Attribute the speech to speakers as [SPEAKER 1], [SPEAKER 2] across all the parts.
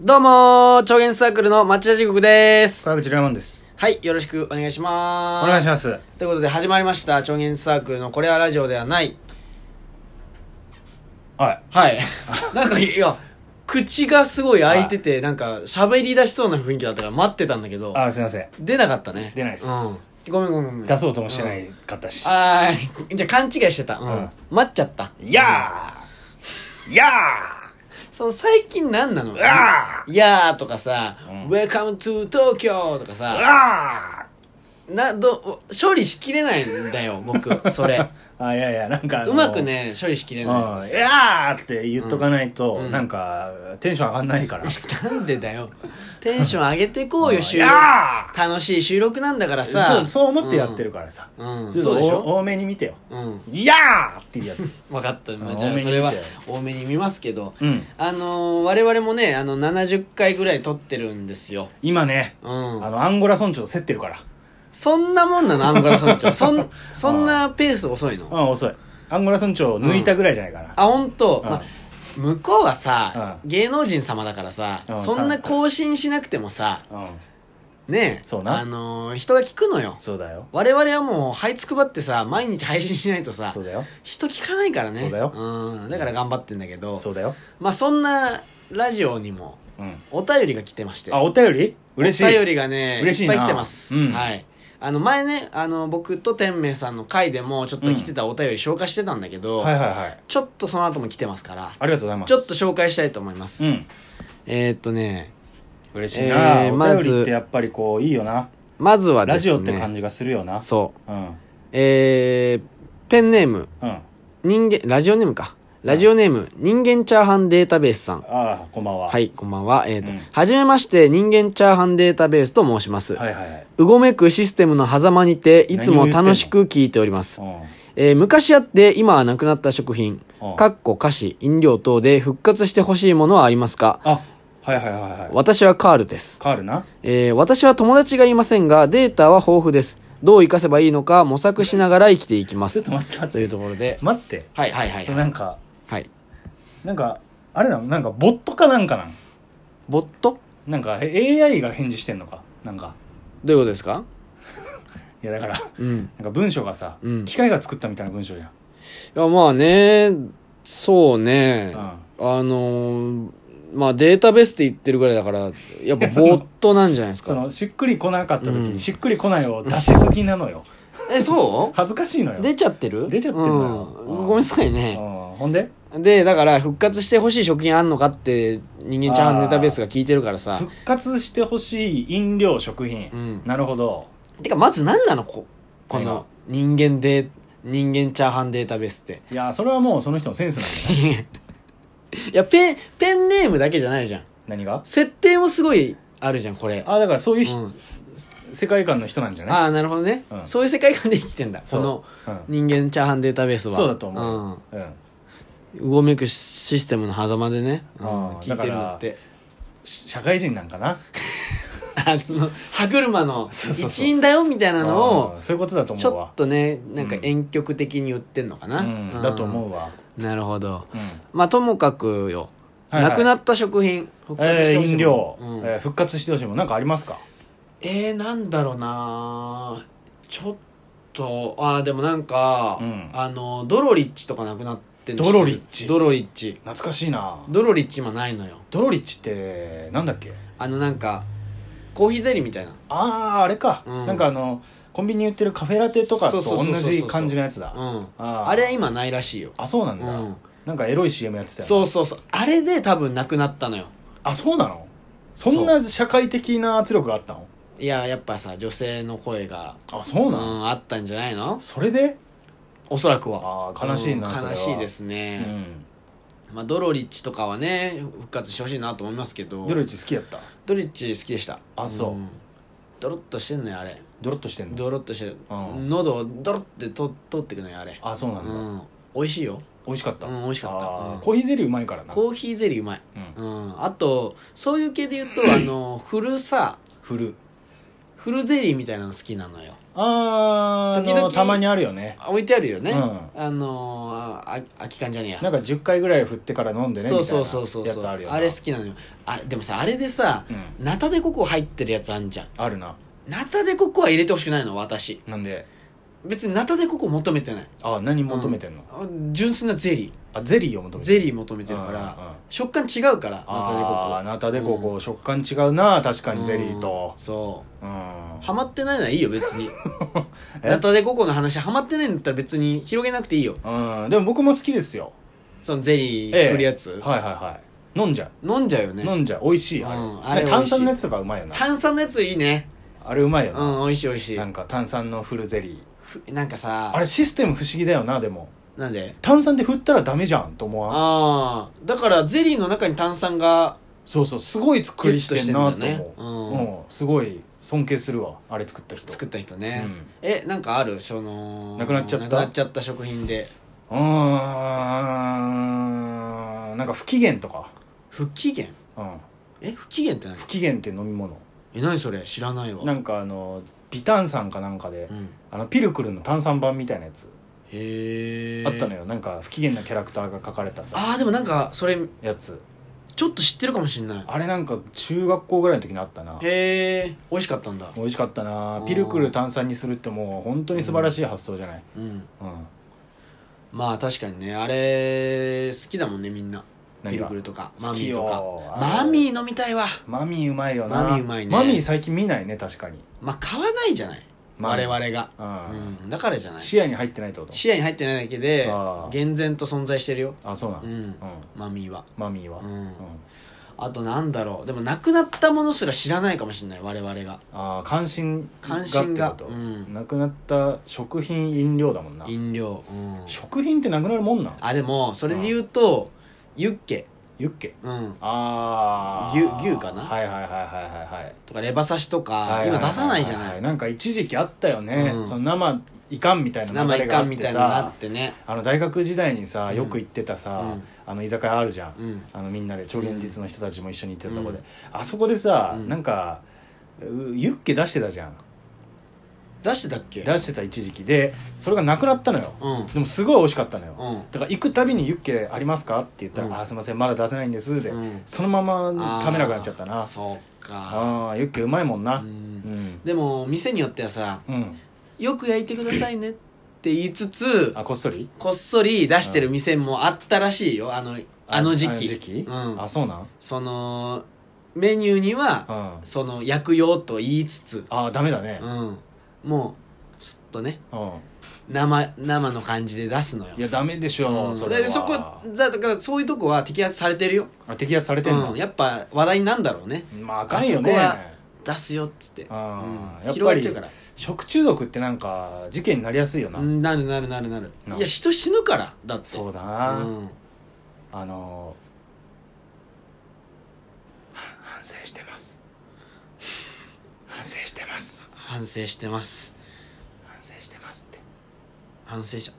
[SPEAKER 1] どうもー、超弦サークルの町田時刻です。
[SPEAKER 2] 川口良門です。
[SPEAKER 1] はい、よろしくお願いし
[SPEAKER 2] お
[SPEAKER 1] ます。。
[SPEAKER 2] 願いしますす。
[SPEAKER 1] ということで始まりました、超弦サークルのこれはラジオではない。
[SPEAKER 2] は
[SPEAKER 1] はい。なんか、いや、口がすごい開いてて、なんか喋り出しそうな雰囲気だったから待ってたんだけど
[SPEAKER 2] い。、あ、すいません。
[SPEAKER 1] 出なかったね。
[SPEAKER 2] 出ないっす
[SPEAKER 1] うん。ごめんごめんごめん。
[SPEAKER 2] 出そうともしてな
[SPEAKER 1] うん
[SPEAKER 2] いかったし。
[SPEAKER 1] あー、じゃあ勘違いしてた。う
[SPEAKER 2] うんん。
[SPEAKER 1] 待っちゃった。
[SPEAKER 2] いやーいや
[SPEAKER 1] その最近なんなの
[SPEAKER 2] ーうわー
[SPEAKER 1] いやーとかさ、
[SPEAKER 2] ん
[SPEAKER 1] Welcome to Tokyo とか
[SPEAKER 2] う
[SPEAKER 1] さ、
[SPEAKER 2] わ
[SPEAKER 1] など処理しきれないんだよ僕それ
[SPEAKER 2] ーあ、いやいや、なんかあの。
[SPEAKER 1] うまくね処理しき
[SPEAKER 2] う
[SPEAKER 1] れ
[SPEAKER 2] ん。い
[SPEAKER 1] ないとかさ
[SPEAKER 2] やーって言っとかないと
[SPEAKER 1] うん、
[SPEAKER 2] なんか、テンション上がんないから。
[SPEAKER 1] なんでだよテンション上げて こう
[SPEAKER 2] う
[SPEAKER 1] よ
[SPEAKER 2] ん
[SPEAKER 1] 収録
[SPEAKER 2] いや
[SPEAKER 1] 楽しい収録なんだからさ
[SPEAKER 2] そう、そう思ってやってるからさ。
[SPEAKER 1] うん、うん
[SPEAKER 2] ちょっと
[SPEAKER 1] そうでしょ
[SPEAKER 2] お多めに見てよ。
[SPEAKER 1] うん
[SPEAKER 2] いやーっていうやつ。
[SPEAKER 1] 分かった、まあ、
[SPEAKER 2] うん
[SPEAKER 1] じゃあ
[SPEAKER 2] 多めに
[SPEAKER 1] それは
[SPEAKER 2] 見て
[SPEAKER 1] 多めに見ますけど、
[SPEAKER 2] うん
[SPEAKER 1] あのー我々もねあの70回ぐらい撮ってるんですよ
[SPEAKER 2] 今ね、
[SPEAKER 1] う
[SPEAKER 2] あ
[SPEAKER 1] ん
[SPEAKER 2] の、アンゴラ村長と競ってるから。
[SPEAKER 1] そんなもんなのアンゴラ村長そ んそんなペース遅いの
[SPEAKER 2] うん、遅い。アンゴラ村長を抜いたぐらいじゃないかな。
[SPEAKER 1] あ本当、
[SPEAKER 2] うん
[SPEAKER 1] まあ向こうはさ、
[SPEAKER 2] う
[SPEAKER 1] 芸能人様だからさ、
[SPEAKER 2] うん
[SPEAKER 1] そんな更新しなくてもさ
[SPEAKER 2] うん。
[SPEAKER 1] ねえ
[SPEAKER 2] そうな
[SPEAKER 1] あのー人が聞くのよ
[SPEAKER 2] そうだよ。
[SPEAKER 1] 我々はもう這いつくばってさ毎日配信しないとさ
[SPEAKER 2] そうだよ。
[SPEAKER 1] 人聞かないからね
[SPEAKER 2] そうだよ
[SPEAKER 1] うんだから頑張ってんだけど
[SPEAKER 2] そうだよ。
[SPEAKER 1] まあそんなラジオにも
[SPEAKER 2] うん。
[SPEAKER 1] お便りが来てまして
[SPEAKER 2] あ、お便り嬉しい。
[SPEAKER 1] お便りがね
[SPEAKER 2] 嬉しい
[SPEAKER 1] っぱ
[SPEAKER 2] ない
[SPEAKER 1] 来てます、
[SPEAKER 2] うん
[SPEAKER 1] はいあの前ねあの僕と天明さんの回でもちょっと来てたお便り紹介してたんだけど、
[SPEAKER 2] はいはいはい。
[SPEAKER 1] ちょっとその後も来てますから
[SPEAKER 2] ありがとうございます。
[SPEAKER 1] ちょっと紹介したいと思います、
[SPEAKER 2] うん。
[SPEAKER 1] えー、っとね
[SPEAKER 2] 嬉しいな、
[SPEAKER 1] えーまず
[SPEAKER 2] お便りってやっぱりこう、いいよな。
[SPEAKER 1] まずはですね
[SPEAKER 2] ラジオって感じがするよな。
[SPEAKER 1] そう
[SPEAKER 2] うん。
[SPEAKER 1] えー、ペンネーム
[SPEAKER 2] うん。あ
[SPEAKER 1] 人間、ラジオネームか。ラジオネーム、人間チャーハンデータベースさん。
[SPEAKER 2] あ、こんばんは。
[SPEAKER 1] はい、こんばんは。えっ、と、
[SPEAKER 2] うん
[SPEAKER 1] はじめまして、人間チャーハンデータベースと申します。
[SPEAKER 2] はいはいはい。
[SPEAKER 1] うごめくシステムの狭間にて、いつも
[SPEAKER 2] 何を言ってんの
[SPEAKER 1] 楽しく聞いております
[SPEAKER 2] う。ん。
[SPEAKER 1] えー昔あって、今はなくなった食品
[SPEAKER 2] うん、
[SPEAKER 1] かっこ菓子、飲料等で復活してほしいものはありますか
[SPEAKER 2] あ、はいはいはいはい。
[SPEAKER 1] 私はカールです。
[SPEAKER 2] カールな。
[SPEAKER 1] えー私は友達がいませんが、データは豊富です。どう活かせばいいのか模索しながら生きていきま
[SPEAKER 2] ち
[SPEAKER 1] す
[SPEAKER 2] ょっと。待って
[SPEAKER 1] と
[SPEAKER 2] 待っ
[SPEAKER 1] い
[SPEAKER 2] て。
[SPEAKER 1] うところで、
[SPEAKER 2] 待って。
[SPEAKER 1] はいはいはい
[SPEAKER 2] これ
[SPEAKER 1] は。
[SPEAKER 2] ないんか、
[SPEAKER 1] はい、
[SPEAKER 2] なんか、あれなのなんか、ボットかなんかなん
[SPEAKER 1] ボット
[SPEAKER 2] なんか、え AI が返事してんのかなんか。
[SPEAKER 1] どういうことですか
[SPEAKER 2] いやだから、
[SPEAKER 1] うん。
[SPEAKER 2] なんか文章がさ、
[SPEAKER 1] うん
[SPEAKER 2] 機械が作ったみたいな文章じゃん。
[SPEAKER 1] いや、まあね、そうね、
[SPEAKER 2] うん
[SPEAKER 1] あのーまあデータベースって言ってるぐらいだから、やっ ぱボットなんじゃないですか。
[SPEAKER 2] その、しっくり来なかった時に、
[SPEAKER 1] うん
[SPEAKER 2] しっくり来ないを出しすぎなのよ。
[SPEAKER 1] え、そ
[SPEAKER 2] 恥ずかしいのよ。
[SPEAKER 1] 出ちゃってる
[SPEAKER 2] 出ちゃってんだよ
[SPEAKER 1] うんごめんなさいね。
[SPEAKER 2] うんほんで
[SPEAKER 1] で、だから復活してほしい食品あんのかって人間ちゃんデータベースが聞いてるからさ。
[SPEAKER 2] 復活してほしい飲料食品、
[SPEAKER 1] うん
[SPEAKER 2] なるほど
[SPEAKER 1] てか、まず何なのこ、こ
[SPEAKER 2] 何
[SPEAKER 1] の
[SPEAKER 2] が
[SPEAKER 1] 人間で、人間チャーハンデータベースって。
[SPEAKER 2] いやそれはもうその人のセンス なんじゃない
[SPEAKER 1] いや、ペン、ペンネームだけじゃないじゃん。
[SPEAKER 2] 何が
[SPEAKER 1] 設定もすごいあるじゃん、これ。
[SPEAKER 2] あだからそういうひ、
[SPEAKER 1] うん
[SPEAKER 2] 世界観の人なんじゃない
[SPEAKER 1] ああなるほどね、
[SPEAKER 2] うん
[SPEAKER 1] そういう世界観で生きてんだ
[SPEAKER 2] そ
[SPEAKER 1] こ
[SPEAKER 2] う
[SPEAKER 1] の
[SPEAKER 2] うん
[SPEAKER 1] 人間チャーハンデータベースは
[SPEAKER 2] そうだと思う、うん
[SPEAKER 1] うん、うごめくシステムの狭間でね、うん
[SPEAKER 2] あー
[SPEAKER 1] 聞いてるんだって
[SPEAKER 2] し社会人なんかな
[SPEAKER 1] あその歯車の
[SPEAKER 2] そうそう
[SPEAKER 1] 一員だよみたいなのを
[SPEAKER 2] うんそういうことだと
[SPEAKER 1] ち
[SPEAKER 2] 思う
[SPEAKER 1] ょ
[SPEAKER 2] わ
[SPEAKER 1] っとねなんか
[SPEAKER 2] うん
[SPEAKER 1] 婉曲的に言ってんのかな、
[SPEAKER 2] うんだと思うわ、
[SPEAKER 1] うんなるほど
[SPEAKER 2] うん
[SPEAKER 1] まあともかくよ、
[SPEAKER 2] はいは
[SPEAKER 1] な
[SPEAKER 2] い
[SPEAKER 1] くなった食品復活し
[SPEAKER 2] え
[SPEAKER 1] て
[SPEAKER 2] ー
[SPEAKER 1] ほしい
[SPEAKER 2] 飲料、
[SPEAKER 1] ものうん
[SPEAKER 2] えー復活してほしいものなんかありますか
[SPEAKER 1] えー、なんだろうなちょっとあーでもなんか、
[SPEAKER 2] うん
[SPEAKER 1] あのドロリッチとかなくなってんの
[SPEAKER 2] ドロリッチ
[SPEAKER 1] 知ってるドロリッチ
[SPEAKER 2] 懐かしいな
[SPEAKER 1] ドロリッチ今ないのよ
[SPEAKER 2] ドロリッチってなんだっけ
[SPEAKER 1] あのなんかコーヒーゼリーみたいな
[SPEAKER 2] あああれか、
[SPEAKER 1] うん
[SPEAKER 2] なんかあのコンビニに売ってるカフェラテとかと
[SPEAKER 1] そうそ
[SPEAKER 2] 同
[SPEAKER 1] うそうそうそう
[SPEAKER 2] じ感じのやつだ
[SPEAKER 1] うん
[SPEAKER 2] あー
[SPEAKER 1] あれ今ないらしいよ
[SPEAKER 2] あそうなんだ、
[SPEAKER 1] うん
[SPEAKER 2] なんかエロい CM やってたよな
[SPEAKER 1] そうそうそうあれで多分なくなったのよ
[SPEAKER 2] あそうなのそんな社会的な圧力があったの
[SPEAKER 1] いややっぱさ女性の声が
[SPEAKER 2] あそう
[SPEAKER 1] う
[SPEAKER 2] なの、
[SPEAKER 1] んあったんじゃないの
[SPEAKER 2] それで
[SPEAKER 1] おそらくは
[SPEAKER 2] ああ悲しいな、
[SPEAKER 1] うん
[SPEAKER 2] それは
[SPEAKER 1] 悲しいです
[SPEAKER 2] う
[SPEAKER 1] ね、
[SPEAKER 2] ん
[SPEAKER 1] まあドロリッチとかはね復活してほしいなと思いますけど
[SPEAKER 2] ドロリッチ好きやった
[SPEAKER 1] ドリッチ好きでした
[SPEAKER 2] あそうん
[SPEAKER 1] ドロッとしてんのよあれ
[SPEAKER 2] ドロッとしてんの
[SPEAKER 1] ドロッとしてる、
[SPEAKER 2] うん
[SPEAKER 1] 喉をドロッてと通ってくのよあれ
[SPEAKER 2] あそうなん
[SPEAKER 1] う
[SPEAKER 2] だ、
[SPEAKER 1] ん美味しいよ
[SPEAKER 2] 美味しかった、
[SPEAKER 1] うん美味しかった
[SPEAKER 2] あー
[SPEAKER 1] うん
[SPEAKER 2] コーヒーゼリーうまいからな
[SPEAKER 1] コーヒーゼリーうまい
[SPEAKER 2] うん
[SPEAKER 1] う んあとそういう系で言うとあの振るさ
[SPEAKER 2] フル
[SPEAKER 1] フルゼリーみたいなの好きなのよ
[SPEAKER 2] あーあ
[SPEAKER 1] 時々
[SPEAKER 2] のたまにあるよね
[SPEAKER 1] あ置いてあるよね、
[SPEAKER 2] うん
[SPEAKER 1] あのーあ空き缶じゃねえや
[SPEAKER 2] なんか10回ぐらい振ってから飲んでね
[SPEAKER 1] そうそうそうそう
[SPEAKER 2] みたい
[SPEAKER 1] そう
[SPEAKER 2] なやつあ
[SPEAKER 1] あ
[SPEAKER 2] るよな
[SPEAKER 1] れ好きなのよあれでもさあれでさ、
[SPEAKER 2] うん
[SPEAKER 1] ナタデココ入ってるやつあんじゃん
[SPEAKER 2] あるな
[SPEAKER 1] ナタデココは入れてほしくないの私
[SPEAKER 2] なんで
[SPEAKER 1] 別にナタデココ求めてない
[SPEAKER 2] あ何求めてんの、
[SPEAKER 1] 純粋なゼリ
[SPEAKER 2] あゼリーを求
[SPEAKER 1] ー
[SPEAKER 2] めて
[SPEAKER 1] ゼ
[SPEAKER 2] る
[SPEAKER 1] リー求めてるから、
[SPEAKER 2] うんうん
[SPEAKER 1] 食感違うからナタデココ
[SPEAKER 2] あーナタデココ、食感違うな確かにゼリーと
[SPEAKER 1] うんそう
[SPEAKER 2] うん、
[SPEAKER 1] ハマってないのはいいよ別に
[SPEAKER 2] え
[SPEAKER 1] ナタデココの話ハマってないんだったら別に広げなくていいよ
[SPEAKER 2] うん、でも僕も好きですよ
[SPEAKER 1] そのゼリー振るやつ、
[SPEAKER 2] はいはいはい飲んじゃ
[SPEAKER 1] 飲んじゃうよ
[SPEAKER 2] う、
[SPEAKER 1] ね
[SPEAKER 2] 飲んじゃう美味しい、
[SPEAKER 1] うん
[SPEAKER 2] あ
[SPEAKER 1] あれ美味
[SPEAKER 2] れ
[SPEAKER 1] しい
[SPEAKER 2] 炭酸のやつとかうまいよな
[SPEAKER 1] 炭酸のやついいね
[SPEAKER 2] あれうまいよな、
[SPEAKER 1] うん美味しい美味しい
[SPEAKER 2] なんか炭酸のフルゼリー
[SPEAKER 1] ふなんかさ
[SPEAKER 2] あれシステム不思議だよなでも
[SPEAKER 1] なんで
[SPEAKER 2] 炭酸で振ったらダメじゃんと思わん
[SPEAKER 1] ああだからゼリーの中に炭酸が
[SPEAKER 2] そうそうすごい作りしてんなと
[SPEAKER 1] ギュッとしてんだ
[SPEAKER 2] 思う、
[SPEAKER 1] ね
[SPEAKER 2] うんすごい尊敬するわあれ作った人
[SPEAKER 1] 作った人ね、
[SPEAKER 2] うん
[SPEAKER 1] えなんかあるその
[SPEAKER 2] なくなっちゃった
[SPEAKER 1] なくなっちゃった食品で
[SPEAKER 2] うーんなんか不機嫌とか、
[SPEAKER 1] 不機嫌
[SPEAKER 2] うん、
[SPEAKER 1] え不機嫌って何
[SPEAKER 2] 不機嫌って飲み物
[SPEAKER 1] え何それ知らないわ
[SPEAKER 2] なんかあの微炭酸かなんかで、
[SPEAKER 1] うん、
[SPEAKER 2] あのピルクルの炭酸版みたいなやつ、
[SPEAKER 1] へえ
[SPEAKER 2] あったのよなんか不機嫌なキャラクターが書かれたさ
[SPEAKER 1] あーでもなんかそれ
[SPEAKER 2] やつ
[SPEAKER 1] ちょっと知ってるかもしんない
[SPEAKER 2] あれなんか中学校ぐらいの時にあったな
[SPEAKER 1] へえ美味しかったんだ
[SPEAKER 2] 美味しかったな
[SPEAKER 1] うん
[SPEAKER 2] ピルクル炭酸にするってもう本当に素晴らしい発想じゃない、
[SPEAKER 1] うん
[SPEAKER 2] うん、
[SPEAKER 1] まあ確かにねあれ好きだもんねみんな
[SPEAKER 2] 何
[SPEAKER 1] ピル
[SPEAKER 2] が
[SPEAKER 1] クルとかマ
[SPEAKER 2] 好
[SPEAKER 1] ミ
[SPEAKER 2] き
[SPEAKER 1] ー
[SPEAKER 2] よ
[SPEAKER 1] とか
[SPEAKER 2] あ
[SPEAKER 1] マ
[SPEAKER 2] れ
[SPEAKER 1] ミー飲みたいわ
[SPEAKER 2] マミーうまいよな
[SPEAKER 1] マミーうまいね
[SPEAKER 2] マミー最近見ないね確かに、
[SPEAKER 1] まあ買わないじゃない
[SPEAKER 2] マ
[SPEAKER 1] 我
[SPEAKER 2] ミー
[SPEAKER 1] 々が、
[SPEAKER 2] うん
[SPEAKER 1] うん、だからじゃない
[SPEAKER 2] 視野に入ってないってこと
[SPEAKER 1] 視野に入ってないだけで
[SPEAKER 2] あー
[SPEAKER 1] 厳然と存在してるよ
[SPEAKER 2] あそうなの
[SPEAKER 1] うんマミーは
[SPEAKER 2] マミーは、
[SPEAKER 1] う
[SPEAKER 2] うん
[SPEAKER 1] んあとなんだろうでもなくなったものすら知らないかもしれない我々が
[SPEAKER 2] ああ関心が
[SPEAKER 1] 関心が
[SPEAKER 2] ってこと、
[SPEAKER 1] うん
[SPEAKER 2] なくなった食品飲料だもんな
[SPEAKER 1] 飲料、うん、
[SPEAKER 2] 食品ってなくなるもんなん
[SPEAKER 1] あでもそれで言うと、ユッケ、
[SPEAKER 2] ユッケ
[SPEAKER 1] うん、
[SPEAKER 2] ああ
[SPEAKER 1] 牛牛かな
[SPEAKER 2] はいはいはいはいはいはい
[SPEAKER 1] とかレバ刺しとか、
[SPEAKER 2] はい
[SPEAKER 1] 今出さないじゃない,、
[SPEAKER 2] ははなんか一時期あったよね、
[SPEAKER 1] うん
[SPEAKER 2] その生いかんみたいな
[SPEAKER 1] 生いかん
[SPEAKER 2] 流
[SPEAKER 1] み
[SPEAKER 2] れがあ
[SPEAKER 1] た
[SPEAKER 2] って
[SPEAKER 1] い
[SPEAKER 2] さ
[SPEAKER 1] なのがあってね
[SPEAKER 2] あの大学時代にさ
[SPEAKER 1] うん
[SPEAKER 2] よく行ってたさ、
[SPEAKER 1] うん
[SPEAKER 2] あの居酒屋あるじゃん、
[SPEAKER 1] うん
[SPEAKER 2] あのみんなで超現実の人たちも一緒に行ってたとこで、
[SPEAKER 1] うん
[SPEAKER 2] あそこでさ、
[SPEAKER 1] うん
[SPEAKER 2] なんかうユッケ出してたじゃん
[SPEAKER 1] 出してたっけ
[SPEAKER 2] 出してた一時期でそれがなくなったのよ、
[SPEAKER 1] うん
[SPEAKER 2] でもすごい美味しかったのよ、
[SPEAKER 1] うん
[SPEAKER 2] だから行くたびにユッケありますかって言ったら「
[SPEAKER 1] うん
[SPEAKER 2] あーすいませんまだ出せないんです」で、
[SPEAKER 1] うん
[SPEAKER 2] そのまま
[SPEAKER 1] あー
[SPEAKER 2] 食べなくなっちゃったなあ
[SPEAKER 1] そうか
[SPEAKER 2] あーユッケうまいもんな
[SPEAKER 1] う
[SPEAKER 2] うんん、
[SPEAKER 1] でも店によってはさ
[SPEAKER 2] うん、
[SPEAKER 1] 「よく焼いてくださいね」って言いつつ
[SPEAKER 2] あこっそり
[SPEAKER 1] こっそり出してる店もあったらしいよあのあの時期
[SPEAKER 2] あの時期、
[SPEAKER 1] うん
[SPEAKER 2] あそうなん
[SPEAKER 1] そのメニューには、
[SPEAKER 2] うん
[SPEAKER 1] その焼くよと言いつつ、
[SPEAKER 2] あーダメだね
[SPEAKER 1] うん、もうすっとね
[SPEAKER 2] うん
[SPEAKER 1] 生生の感じで出すのよ
[SPEAKER 2] いやダメでし
[SPEAKER 1] う
[SPEAKER 2] ょ、
[SPEAKER 1] ん
[SPEAKER 2] それは
[SPEAKER 1] でそこだだからそういうとこは摘発されてるよ、
[SPEAKER 2] あ摘発されてんだ、
[SPEAKER 1] うん、やっぱ話題になんだろうね
[SPEAKER 2] まああかんよね
[SPEAKER 1] あそこは出すよっつって、
[SPEAKER 2] あー
[SPEAKER 1] うん、
[SPEAKER 2] やっぱ
[SPEAKER 1] 広がっ
[SPEAKER 2] り
[SPEAKER 1] ちゃうから
[SPEAKER 2] 食中毒ってなんか事件になりやすいよな、
[SPEAKER 1] うんなるなるなるなる
[SPEAKER 2] ない
[SPEAKER 1] や人死ぬからだって
[SPEAKER 2] そううだな、
[SPEAKER 1] ん、
[SPEAKER 2] あのーは反省してます反省してます
[SPEAKER 1] 反省してます
[SPEAKER 2] 反省してますって
[SPEAKER 1] 反省し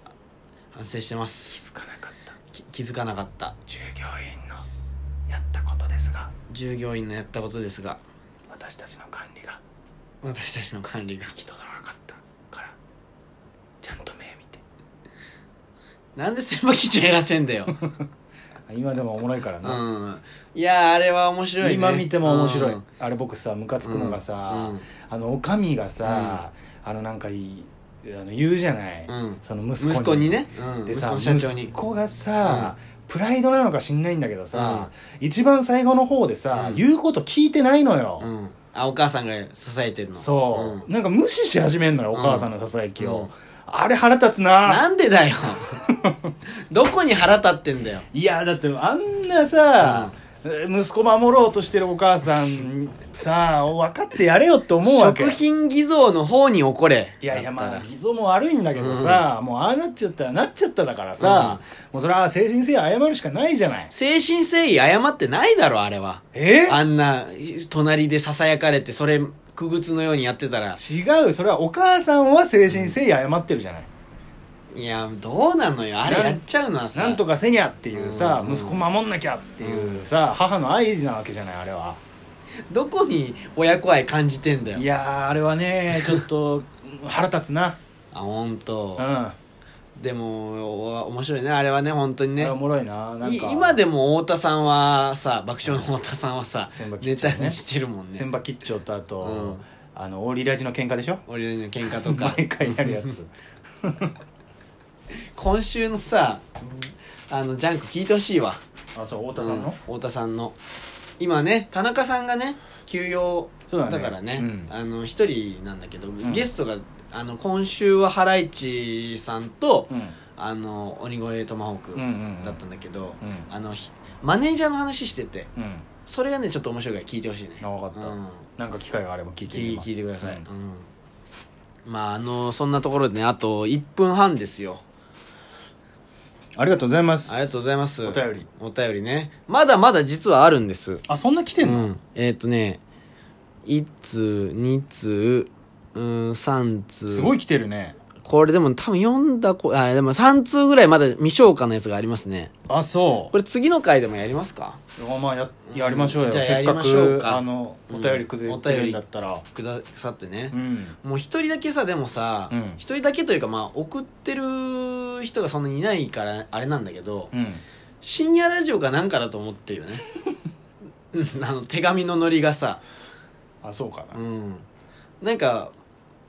[SPEAKER 1] 反省してま
[SPEAKER 2] 気
[SPEAKER 1] す
[SPEAKER 2] づかなかった
[SPEAKER 1] き気づかなかった
[SPEAKER 2] 従業員のやったことですが
[SPEAKER 1] 従業員のやったことですが
[SPEAKER 2] 私たちの管理が
[SPEAKER 1] 私たちの管理が
[SPEAKER 2] 行き届かなかったからちゃんと目見て
[SPEAKER 1] なんで先輩基準減らせんだ よ
[SPEAKER 2] 今でもおもろいから
[SPEAKER 1] う
[SPEAKER 2] な、
[SPEAKER 1] んいやーあれは面白いね
[SPEAKER 2] 今見ても面白い、
[SPEAKER 1] うん
[SPEAKER 2] あれ僕さムカつくのがさ、
[SPEAKER 1] うん
[SPEAKER 2] あのおかみがさ、あのなんかいいあの言うじゃない、
[SPEAKER 1] うん
[SPEAKER 2] その息子に
[SPEAKER 1] 息子にね、うん、
[SPEAKER 2] で
[SPEAKER 1] 息子
[SPEAKER 2] さ
[SPEAKER 1] の
[SPEAKER 2] 息
[SPEAKER 1] 社長に
[SPEAKER 2] 子がさ、プライドなのか知んないんだけどさ、一番最後の方でさ、
[SPEAKER 1] うん
[SPEAKER 2] 言うこと聞いてないのよ、
[SPEAKER 1] うん、あお母さんが支えてるの
[SPEAKER 2] そう、
[SPEAKER 1] うん
[SPEAKER 2] なんか無視し始めんのよお母さんのささやきを、
[SPEAKER 1] うん
[SPEAKER 2] あれ腹立つな
[SPEAKER 1] なんで だよどこに腹立ってんだよ
[SPEAKER 2] いやだってあんなさ、息子守ろうとしてるお母さんさ分かってやれよって思うわけ
[SPEAKER 1] 食品偽造の方に怒れ
[SPEAKER 2] いやいや
[SPEAKER 1] だった
[SPEAKER 2] まあ
[SPEAKER 1] ら
[SPEAKER 2] 偽造も悪いんだけどさ、もうああなっちゃったらなっちゃっただからさ、もうそれは精神性謝るしかないじゃない
[SPEAKER 1] 誠心誠意謝ってないだろあれは
[SPEAKER 2] え
[SPEAKER 1] あんな隣でささやかれてそれくぐつのようにやってたら
[SPEAKER 2] 違うそれはお母さんは精神誠意謝ってるじゃない、
[SPEAKER 1] いやどうなのよあれやっちゃうのはさ
[SPEAKER 2] なんとかせにゃっていうさ、
[SPEAKER 1] うん
[SPEAKER 2] 息子守んなきゃっていうさ、母の愛なわけじゃないあれは
[SPEAKER 1] どこに親子愛感じてんだよ
[SPEAKER 2] いやーあれ はねちょっと腹立つな
[SPEAKER 1] あ本当
[SPEAKER 2] う。
[SPEAKER 1] でもお面白いねあれはね本当に
[SPEAKER 2] ん、
[SPEAKER 1] ね
[SPEAKER 2] ね、おもろいななん
[SPEAKER 1] い
[SPEAKER 2] か
[SPEAKER 1] 今でも太田さんはさ爆笑の太田さんはさ
[SPEAKER 2] 千葉
[SPEAKER 1] ネ
[SPEAKER 2] 吉兆
[SPEAKER 1] タ
[SPEAKER 2] ね
[SPEAKER 1] にしてるもんね
[SPEAKER 2] 千葉吉兆とあと、
[SPEAKER 1] うん
[SPEAKER 2] あのオリラジの喧嘩でしょ
[SPEAKER 1] 俺らの喧嘩とか
[SPEAKER 2] 毎回やるや つ
[SPEAKER 1] 今週のさあのジャンク聞いてほしいわ
[SPEAKER 2] あそう太
[SPEAKER 1] う
[SPEAKER 2] 田
[SPEAKER 1] ん太田さんの今ね田中さんがね休養
[SPEAKER 2] そうだ
[SPEAKER 1] だ
[SPEAKER 2] ね
[SPEAKER 1] からね
[SPEAKER 2] うん
[SPEAKER 1] あの一人なんだけど、
[SPEAKER 2] ん
[SPEAKER 1] ゲストがあの今週はハライチさんと、
[SPEAKER 2] うん
[SPEAKER 1] あの鬼越トマホー
[SPEAKER 2] うんうんうん
[SPEAKER 1] クだったんだけど、
[SPEAKER 2] うん
[SPEAKER 1] あのひマネージャーの話してて
[SPEAKER 2] うん
[SPEAKER 1] それがねちょっと面白いから聞いてほしいね
[SPEAKER 2] あわかった、
[SPEAKER 1] うん
[SPEAKER 2] なんか機会があれば聞いてみ
[SPEAKER 1] 聞い
[SPEAKER 2] ます
[SPEAKER 1] 聞いてください、
[SPEAKER 2] う
[SPEAKER 1] うんんまああのそんなところでねあと1分半ですよ
[SPEAKER 2] ありがとうございます
[SPEAKER 1] ありがとうございます
[SPEAKER 2] お便り
[SPEAKER 1] お便りねまだまだ実はあるんです
[SPEAKER 2] あそんな来て
[SPEAKER 1] うん
[SPEAKER 2] の、
[SPEAKER 1] んえっ、とね1通2通うん3通
[SPEAKER 2] すごい来てるね
[SPEAKER 1] これでも多分読んだこあでも3通ぐらいまだ未消化のやつがありますね
[SPEAKER 2] あそ
[SPEAKER 1] これ次の回でもやりますか
[SPEAKER 2] うあまあややりましょうよ、
[SPEAKER 1] うんじゃあ
[SPEAKER 2] せっ
[SPEAKER 1] やり
[SPEAKER 2] か
[SPEAKER 1] ましょう
[SPEAKER 2] く
[SPEAKER 1] か
[SPEAKER 2] あの
[SPEAKER 1] うん
[SPEAKER 2] お便りくれ
[SPEAKER 1] お
[SPEAKER 2] て
[SPEAKER 1] 便り
[SPEAKER 2] るんだったら
[SPEAKER 1] くださってね
[SPEAKER 2] う、ん
[SPEAKER 1] もう一人だけさでもさ
[SPEAKER 2] うん
[SPEAKER 1] 一、人だけというかまあ送ってる人がそんなにいないからあれなんだけど、
[SPEAKER 2] うん
[SPEAKER 1] 深夜ラジオかなんかだと思ってるよね うんあの手紙のノリがさ
[SPEAKER 2] あそうかな、
[SPEAKER 1] うんなんか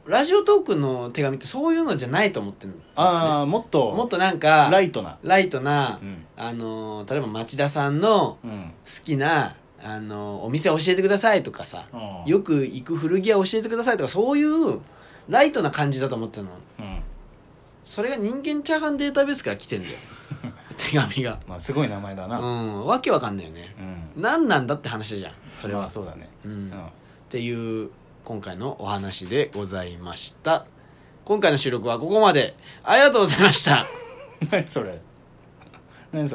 [SPEAKER 1] ラジオトークの手紙ってそういうのじゃないと思ってるの、
[SPEAKER 2] ああもっと
[SPEAKER 1] もっとなんか
[SPEAKER 2] ライトな
[SPEAKER 1] ライトな、
[SPEAKER 2] うん
[SPEAKER 1] あのー例えば町田さんの
[SPEAKER 2] うん
[SPEAKER 1] 好きな、あのーお店教えてくださいとかさ、
[SPEAKER 2] うん
[SPEAKER 1] よく行く古着屋教えてくださいとかそういうライトな感じだと思ってるの
[SPEAKER 2] うん
[SPEAKER 1] それが人間チャーハンデータベースから来てん だよ手紙が
[SPEAKER 2] まあすごい名前だな
[SPEAKER 1] う
[SPEAKER 2] うん、
[SPEAKER 1] んわけわかんないよね何なんだって話じゃんそれは、
[SPEAKER 2] まあそうだね
[SPEAKER 1] うん
[SPEAKER 2] うん
[SPEAKER 1] っ、ていう今回のお話でございました今回の収録はここまでありがとうございました
[SPEAKER 2] 何それ何それ